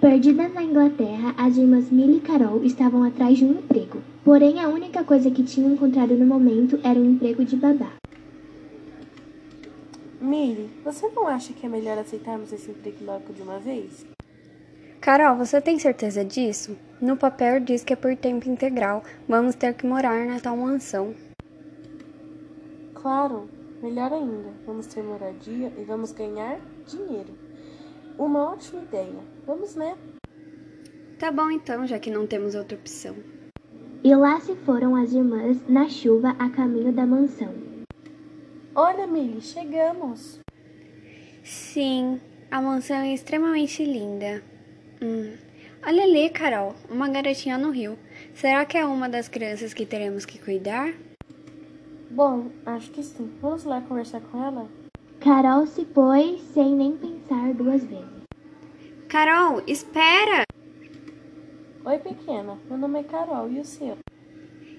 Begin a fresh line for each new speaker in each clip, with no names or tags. Perdidas na Inglaterra, as irmãs Millie e Carol estavam atrás de um emprego. Porém, a única coisa que tinham encontrado no momento era um emprego de babá.
Miri, você não acha que é melhor aceitarmos esse emprego logo de uma vez?
Carol, você tem certeza disso? No papel diz que é por tempo integral. Vamos ter que morar na tal mansão.
Claro, melhor ainda. Vamos ter moradia e vamos ganhar dinheiro. Uma ótima ideia. Vamos, né?
Tá bom então, já que não temos outra opção.
E lá se foram as irmãs na chuva a caminho da mansão.
Olha, Mili, chegamos.
Sim, a mansão é extremamente linda. Hum. Olha ali, Carol, uma garotinha no rio. Será que é uma das crianças que teremos que cuidar?
Bom, acho que sim. Vamos lá conversar com ela?
Carol se pôs sem nem pensar duas vezes.
Carol, espera!
Oi, pequena. Meu nome é Carol e o seu?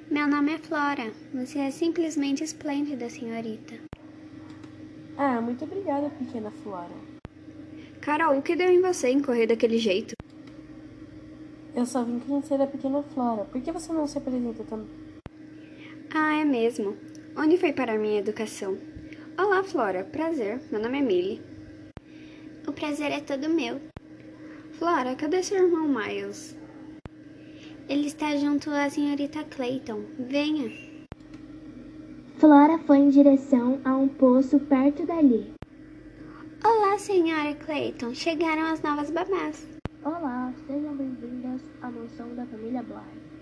Meu nome é Flora. Você é simplesmente esplêndida, senhorita.
Ah, muito obrigada, pequena Flora.
Carol, o que deu em você em correr daquele jeito?
Eu só vim conhecer a pequena Flora. Por que você não se apresenta também?
Ah, é mesmo. Onde foi parar minha educação? Olá, Flora. Prazer. Meu nome é Millie. O prazer é todo meu. Flora, cadê seu irmão Miles? Ele está junto à senhorita Clayton. Venha.
Flora foi em direção a um poço perto dali.
Olá, senhora Clayton. Chegaram as novas babás.
Olá, sejam bem-vindas à mansão da família Bly.